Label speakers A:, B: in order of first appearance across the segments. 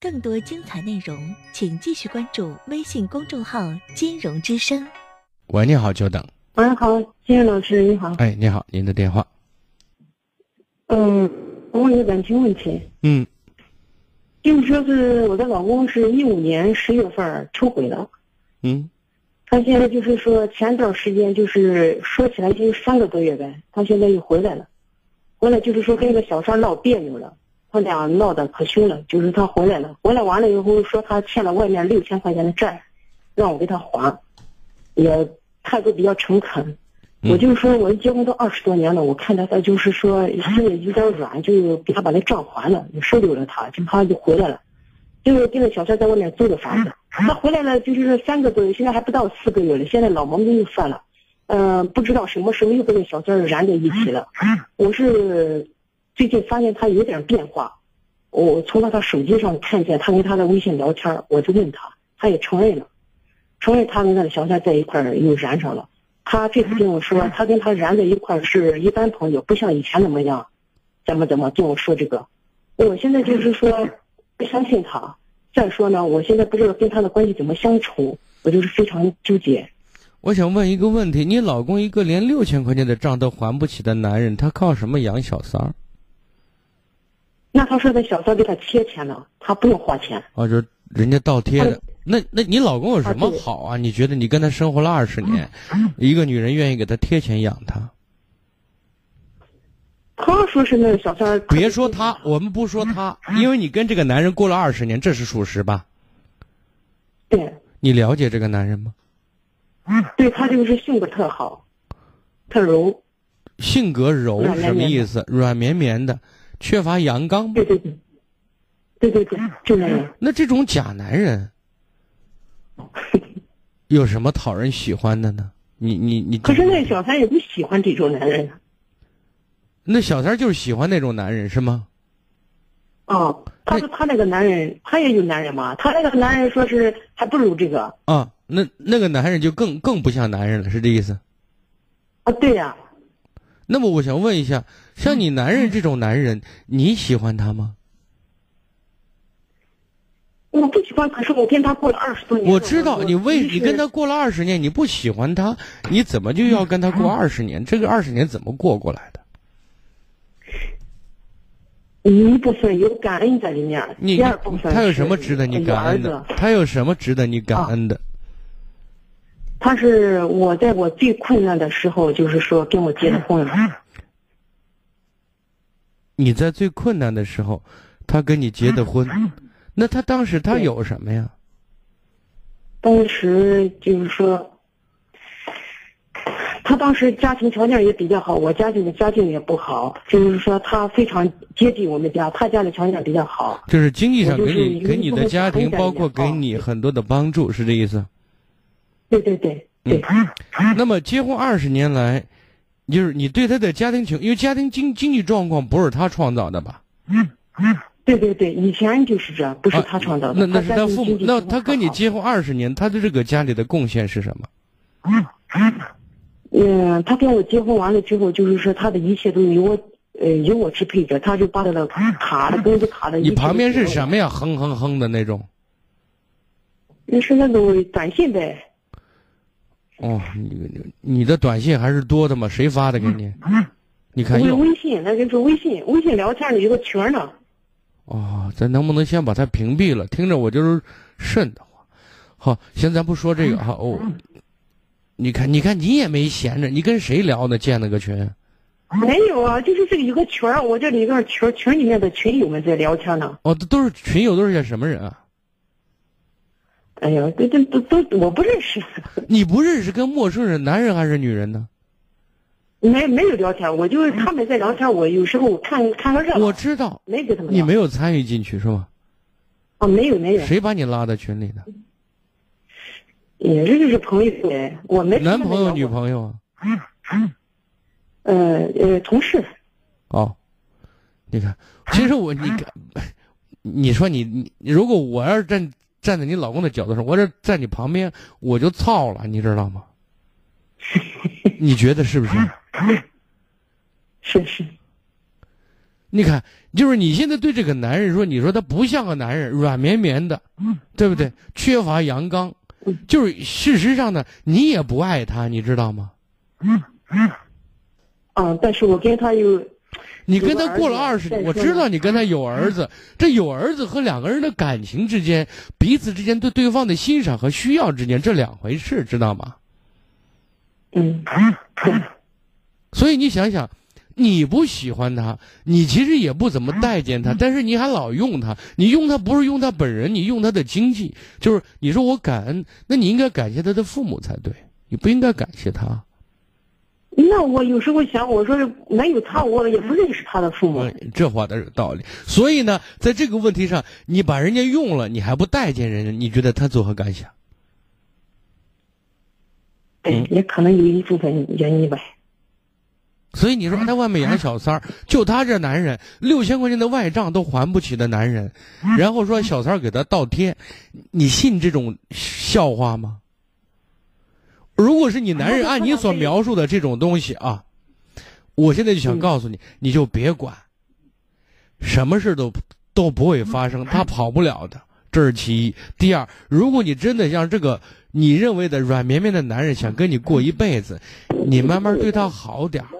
A: 更多精彩内容，请继续关注微信公众号“金融之声
B: 喂，你好，久等。
C: 喂，好，金燕老师你好，
B: 哎，你好，您的电话。
C: 嗯，我问一个感情问题，
B: 嗯，
C: 就是说是我的老公是一五年十月份儿出轨的，
B: 嗯，
C: 他现在就是说前段时间就是说起来就是三个多月呗，他现在又回来了，回来就是说跟一个小三闹别扭了，他俩闹得可凶了，就是他回来了，回来完了以后说他欠了外面六千块钱的债，让我给他还，也态度比较诚恳。
B: 嗯
C: 我就说，我结婚都二十多年了，我看着他就是说心里有点软，就给他把那账还了，也收留了他，就他就回来了。就是这个小三在外面租的房子，他回来了，就是说三个多月，现在还不到四个月了，现在老毛病又犯了，嗯、不知道什么时候又跟那小三儿燃在一起了。我是最近发现他有点变化，我从他的手机上看见他跟他的微信聊天儿，我就问他，他也承认了，承认他跟那个小三在一块儿又燃上了。他这次跟我说，他跟他燃在一块儿是一般朋友，不像以前那么样，怎么怎么跟我说这个。我现在就是说不相信他。再说呢，我现在不知道跟他的关系怎么相处，我就是非常纠结。
B: 我想问一个问题：你老公一个连六千块钱的账都还不起的男人，他靠什么养小三儿？
C: 那他说的小三给他贴钱了，他不用花钱。
B: 啊，就是人家倒贴的
C: 他。
B: 那那你老公有什么
C: 哦啊对嗯
B: 好啊？你觉得你跟他生活了二十年，一个女人愿意给他贴钱养他？
C: 他说是那个小三儿，
B: 别说
C: 嗯
B: 他，我们不说他，因为你跟这个男人过了二十年，这是属实吧？
C: 对，
B: 你了解这个男人吗？
C: 对他就是性格特好，特柔，
B: 性格柔
C: 软绵
B: 什么
C: 绵的
B: 意思？软绵绵的，缺乏阳刚吗
C: 对？对对，对对对，就那样。
B: 那这种假男人有什么讨人喜欢的呢？你你你，
C: 可是那小三也不喜欢这种男人啊
B: 那小三儿就是喜欢那种男人是吗？
C: 啊。
B: 哎
C: 他说他那个男人，他也有男人嘛，他那个男人说是还不如这个
B: 啊，那那个男人就更更不像男人了，是这意思？
C: 啊，对呀、
B: 那么我想问一下，像你男人这种男人，你喜欢他吗？
C: 我不喜欢，可是我跟他过了二十多年了。
B: 我知道你为
C: 一
B: 你
C: 直
B: 跟他过了二十年，你不喜欢他，你怎么就要跟他
C: 嗯
B: 过二十年？这个二十年怎么过过来的？
C: 一部分有感恩在里面，
B: 你
C: 第二部分
B: 他有什么
C: 是
B: 值得你
C: 有
B: 感
C: 儿
B: 恩
C: 子
B: 的？他有什么值得你
C: 啊
B: 感恩的？
C: 他是我在我最困难的时候，就是说跟我结了婚了。
B: 嗯你在最困难的时候，他跟你结的婚，那他当时他
C: 哎对
B: 有什么呀？
C: 当时就是说，他当时家庭条件也比较好，我家境的家境也不好，就是说他非常接地我们家，他家里条件比较好。
B: 就是经济上
C: 我就
B: 给
C: 是
B: 你
C: 一个
B: 给你
C: 不
B: 的
C: 会
B: 家
C: 承
B: 庭，
C: 担
B: 包
C: 的
B: 括给
C: 哦
B: 你很多的帮助，是这意思？
C: 对对对对，
B: 嗯
C: 哎
B: 那么结婚二十年来，就是你对他的家庭情，因为家庭经经济状况不是他创造的吧？
C: 对对对，以前就是这样，不是他创造的。
B: 啊那那是
C: 呃他家
B: 他
C: 庭
B: 父母
C: 经。济
B: 那
C: 情
B: 他
C: 况
B: 跟你
C: 好
B: 结婚二十年，他对这个家里的贡献是什么？
C: 嗯，他跟我结婚完了之后，就是说他的一切都由我，呃，由我支配着，他就把他的卡的工资卡的。
B: 你旁边是什？么呀？哼哼哼的那种。
C: 那是那种短信呗。
B: 哦，你你你的短信还是多的嘛？谁发的给你？你看
C: 微
B: 用
C: 微信，那嗯就是微信，微信聊天的有个群儿呢。
B: 哦，咱能不能先把它屏蔽了？听着我就是瘆得慌。好，先咱不说这个哈。哦，你看，你看，你也没闲着，你跟谁聊呢？建了个群，
C: 没有啊，就是这个有个群儿，我这里有个群儿，群儿里面的群友们在聊天呢。
B: 哦，都都是群友，都是些什么人啊？
C: 哎呀，这这都都我不认识，
B: 你不认识跟陌生人，男人还是女人呢？
C: 没没有聊天，我就是他们在聊天，我有时候我看看个热闹，
B: 我知道，
C: 没跟他们
B: 你
C: 聊。
B: 没有参与进去是吧？
C: 啊？没有没有，
B: 谁把你拉到群里的？
C: 也是就是朋友呗，我没
B: 男朋友、
C: 跟他们聊过
B: 女朋友啊？
C: 呃呃，同事，
B: 哦，你看，其实我你看， 你说你你，如果我要是站站在你老公的角度上，我这站你旁边，我就操了，你知道吗？你觉得是不是？
C: 是是，
B: 你看，就是你现在对这个男人说，你说他不像个男人，软绵绵的，对不对？缺乏阳刚，就是事实上呢，你也不爱他，你知道吗？
C: 啊，但是我跟他有，
B: 你跟他过了二十
C: 有
B: 年，
C: 个
B: 我
C: 儿子
B: 知道你跟他有儿
C: 嗯
B: 子，这有儿子和两个人的感情之间，彼此之间对对方的欣赏和需要之间，这两回事，知道吗？
C: 嗯，对
B: 所以你想想，你不喜欢他，你其实也不怎
C: 嗯
B: 么待见他，但是你还老用他，你用他不是用他本人，你用他的经济，就是你说我感恩，那你应该感谢他的父母才对，你不应该感谢他。
C: 那我有时候想，我说没有他，我也不认识他的父母。
B: 嗯，这话倒是有道理。所以呢，在这个问题上，你把人家用了，你还不待见人家，你觉得他作何感想？
C: 对，哎
B: 嗯
C: 也可能有一部分原因吧。
B: 所以你说他外面养小三儿，就他这男人，六千块钱的外账都还不起的男人，然后说小三儿给他倒贴，你信这种笑话吗？如果是你男人按你所描述的这种东西啊，我现在就想告诉你，你就别管，什么事都都不会发生，他跑不了的，这是其一。第二，如果你真的像这个你认为的软绵绵的男人想跟你过一辈子，你慢慢对他好点儿，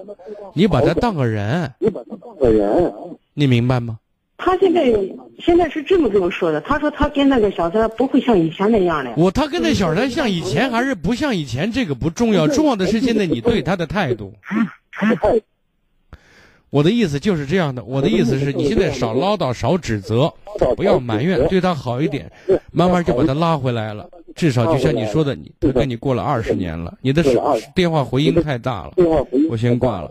B: 你把他当个人，
C: 你把他当个人。
B: 你明白吗？
C: 他现在现在是这么跟我说的，他说他跟那个小三不会像以前那样了。
B: 我他跟那小三像以前还是不像以前，这个不重要，重要的是现在你对他的态度。嗯我的意思就是这样的，我的意思是你现在少唠叨，少指责，不要埋怨，对他好一点，慢慢就把他拉回来了。至少就像你说的，你他跟你过了二十年了，你的手电话回音太大了，
C: 电话不
B: 我先挂了。